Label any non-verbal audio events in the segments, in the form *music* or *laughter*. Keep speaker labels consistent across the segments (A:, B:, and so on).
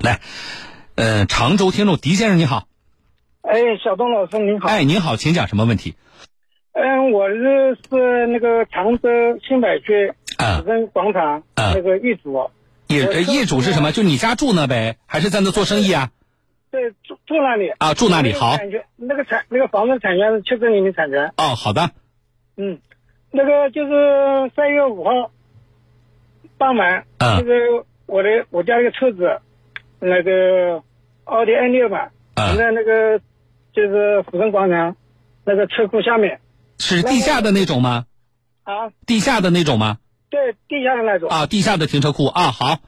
A: 来，呃，常州听众狄先生你好，
B: 哎，小东老师您好。
A: 哎，您好，请讲什么问题？
B: 嗯，我是是那个常州新北区
A: 啊
B: 紫珍广场、
A: 啊
B: 那个业主，
A: 业
B: 我
A: 呃业主是什么？就你家住那呗，还是在那做生意啊？
B: 对，住住那里。
A: 啊，住那里好。
B: 感觉那个产那个房子产权是邱振林的产权。
A: 哦，好的，
B: 嗯，那个就是三月五号傍晚，
A: 啊
B: 那个我的我家那个车子，那个奥迪 N 六吧，
A: 啊
B: 停在那个就是福生广场那个车库下面
A: 是地下的那种吗？
B: 啊，
A: 地下的那种吗？
B: 对，地下的那种。
A: 啊，地下的停车库啊，好，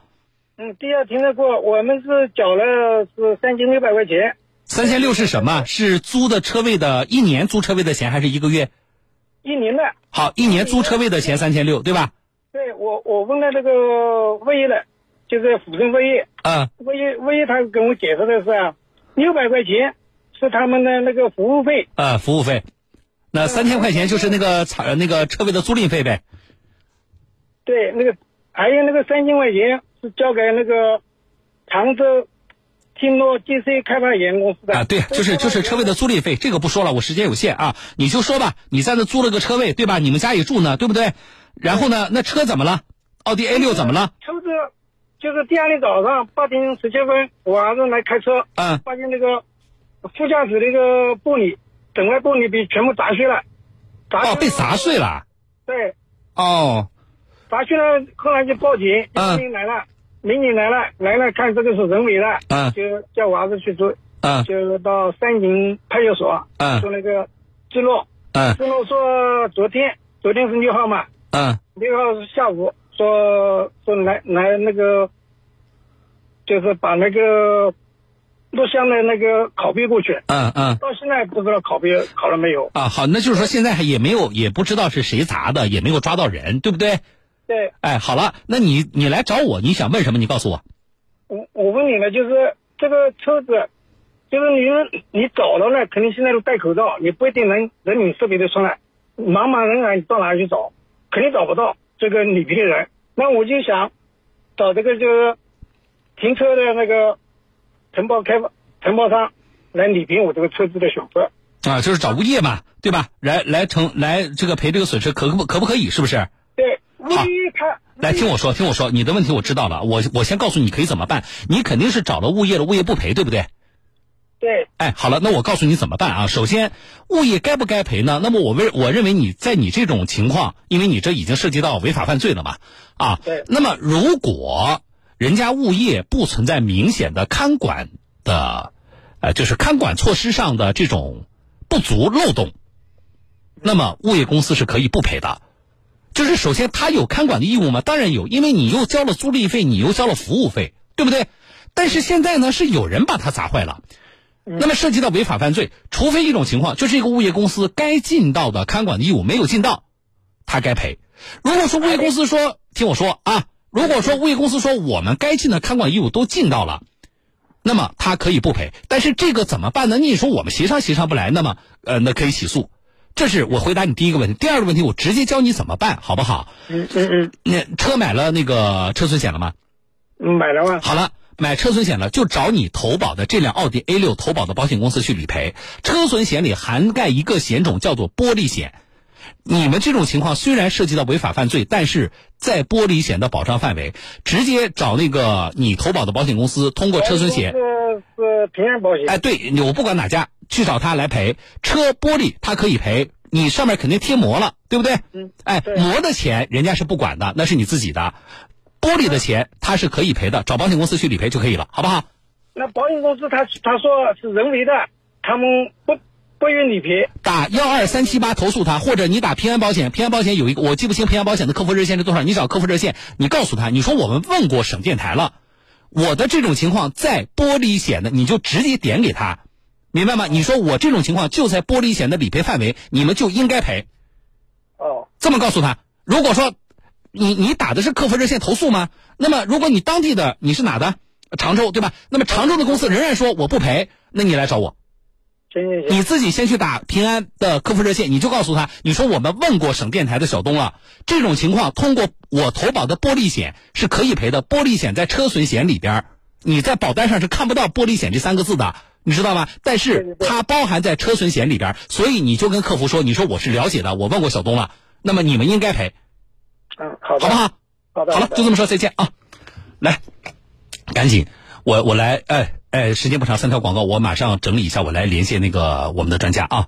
B: 嗯，地下停车库我们是缴了是三千六百块钱，
A: 三千六是什么？是租的车位的一年租车位的钱，还是一个月？
B: 一年的。
A: 好，一年租车位的钱三千六，对吧？
B: 对我我问了这个物业的，就是抚顺物业，
A: 嗯，
B: 物业物业他跟我解释的是啊，六百块钱是他们的那个服务费。
A: 呃，服务费，那三千块钱就是那个场呃那个车位的租赁费呗。
B: 对，那个还有那个三千块钱是交给那个常州金诺 GC 开发有限公司的
A: 啊，
B: *laughs*
A: 对，就是就是车位的租赁费，这个不说了，我时间有限啊，你就说吧，你在那租了个车位，对吧？你们家也住呢，对不对？然后呢，那车怎么了？奥迪 A 六怎么了？
B: 车子就是第二天早上八点十七分，我儿子来开车，
A: 嗯
B: 发现那个副驾驶那个玻璃，整块玻璃被全部砸碎了，砸碎
A: 哦，
B: 了
A: 被砸碎了。
B: 对，
A: 哦，
B: 砸碎了，后来就报警，
A: 嗯
B: 民警来了，民警来了，来了看这个是人为的，
A: 嗯
B: 就叫我儿子去做，
A: 嗯
B: 就到三营派出所，
A: 嗯
B: 做那个记录，
A: 嗯
B: 记录说昨天，昨天是六号嘛，
A: 嗯
B: 六号是下午，说说来来那个，就是把那个录像的那个拷贝过去，
A: 嗯嗯。
B: 到现在不知道拷贝拷了没有。
A: 啊，好，那就是说现在还也没有，也不知道是谁砸的，也没有抓到人，对不对？
B: 对，
A: 哎，好了，那你你来找我，你想问什么？你告诉我。
B: 我我问你呢，就是这个车子，就是你你找了呢，肯定现在都戴口罩，你不一定能人脸识别的出来。茫茫人海，你到哪里去找？肯定找不到这个里边的人。那我就想找这个就是停车的那个承包开发承包商来理赔我这个车子的损失。
A: 啊，就是找物业嘛，对吧？来来承来这个赔这个损失，可不可不可以？是不是？
B: 对，万一他
A: 来听我说，听我说，你的问题我知道了，我我先告诉你可以怎么办。你肯定是找了物业了，物业不赔，对不对？
B: 对
A: 哎，好了，那我告诉你怎么办啊。首先，物业该不该赔呢？那么我为我认为你在你这种情况，因为你这已经涉及到违法犯罪了嘛，啊
B: 对，
A: 那么如果人家物业不存在明显的看管的，呃，就是看管措施上的这种不足漏洞，那么物业公司是可以不赔的。就是首先他有看管的义务吗？当然有，因为你又交了租赁费，你又交了服务费，对不对？但是现在呢，是有人把它砸坏了。那么涉及到违法犯罪，除非一种情况，就是一个物业公司该尽到的看管的义务没有尽到，他该赔。如果说物业公司说，听我说啊，如果说物业公司说我们该尽的看管义务都尽到了，那么他可以不赔。但是这个怎么办呢？你说我们协商协商不来，那么呃，那可以起诉。这是我回答你第一个问题。第二个问题，我直接教你怎么办，好不好？
B: 嗯嗯
A: 那车买了那个车损险了吗？
B: 嗯买了吗？
A: 好了，买车损险了，就找你投保的这辆奥迪 A 六投保的保险公司去理赔。车损险里涵盖一个险种叫做玻璃险。你们这种情况虽然涉及到违法犯罪，但是在玻璃险的保障范围，直接找那个你投保的保险公司，通过车损险，
B: 是是平安保险。
A: 哎，对我不管哪家，去找他来赔。车玻璃他可以赔，你上面肯定贴膜了，对不对？
B: 嗯
A: 哎，
B: 对
A: 膜的钱人家是不管的，那是你自己的。玻璃的钱他是可以赔的，找保险公司去理赔就可以了，好不好？
B: 那保险公司他他说是人为的，他们不不予理赔。
A: 打幺二三七八投诉他，或者你打平安保险，平安保险有一个我记不清平安保险的客服热线是多少，你找客服热线，你告诉他，你说我们问过省电台了，我的这种情况在玻璃险的，你就直接点给他，明白吗？你说我这种情况就在玻璃险的理赔范围，你们就应该赔，
B: 哦，
A: 这么告诉他。如果说你你打的是客服热线投诉吗？那么如果你当地的你是哪的常州对吧？那么常州的公司仍然说我不赔，那你来找我。
B: 行行行，
A: 你自己先去打平安的客服热线，你就告诉他，你说我们问过省电台的小东了，这种情况通过我投保的玻璃险是可以赔的，玻璃险在车损险里边儿你在保单上是看不到玻璃险这三个字的，你知道吧？但
B: 对
A: 是
B: 对对
A: 它包含在车损险里边儿，所以你就跟客服说，你说我是了解的，我问过小东了，那么你们应该赔，
B: 嗯，好
A: 好
B: 的，
A: 不好？
B: 好的，
A: 好了，
B: 的
A: 就这么说，再见啊！来，赶紧，我我来，哎哎，时间不长，三条广告，我马上整理一下，我来连线那个我们的专家啊。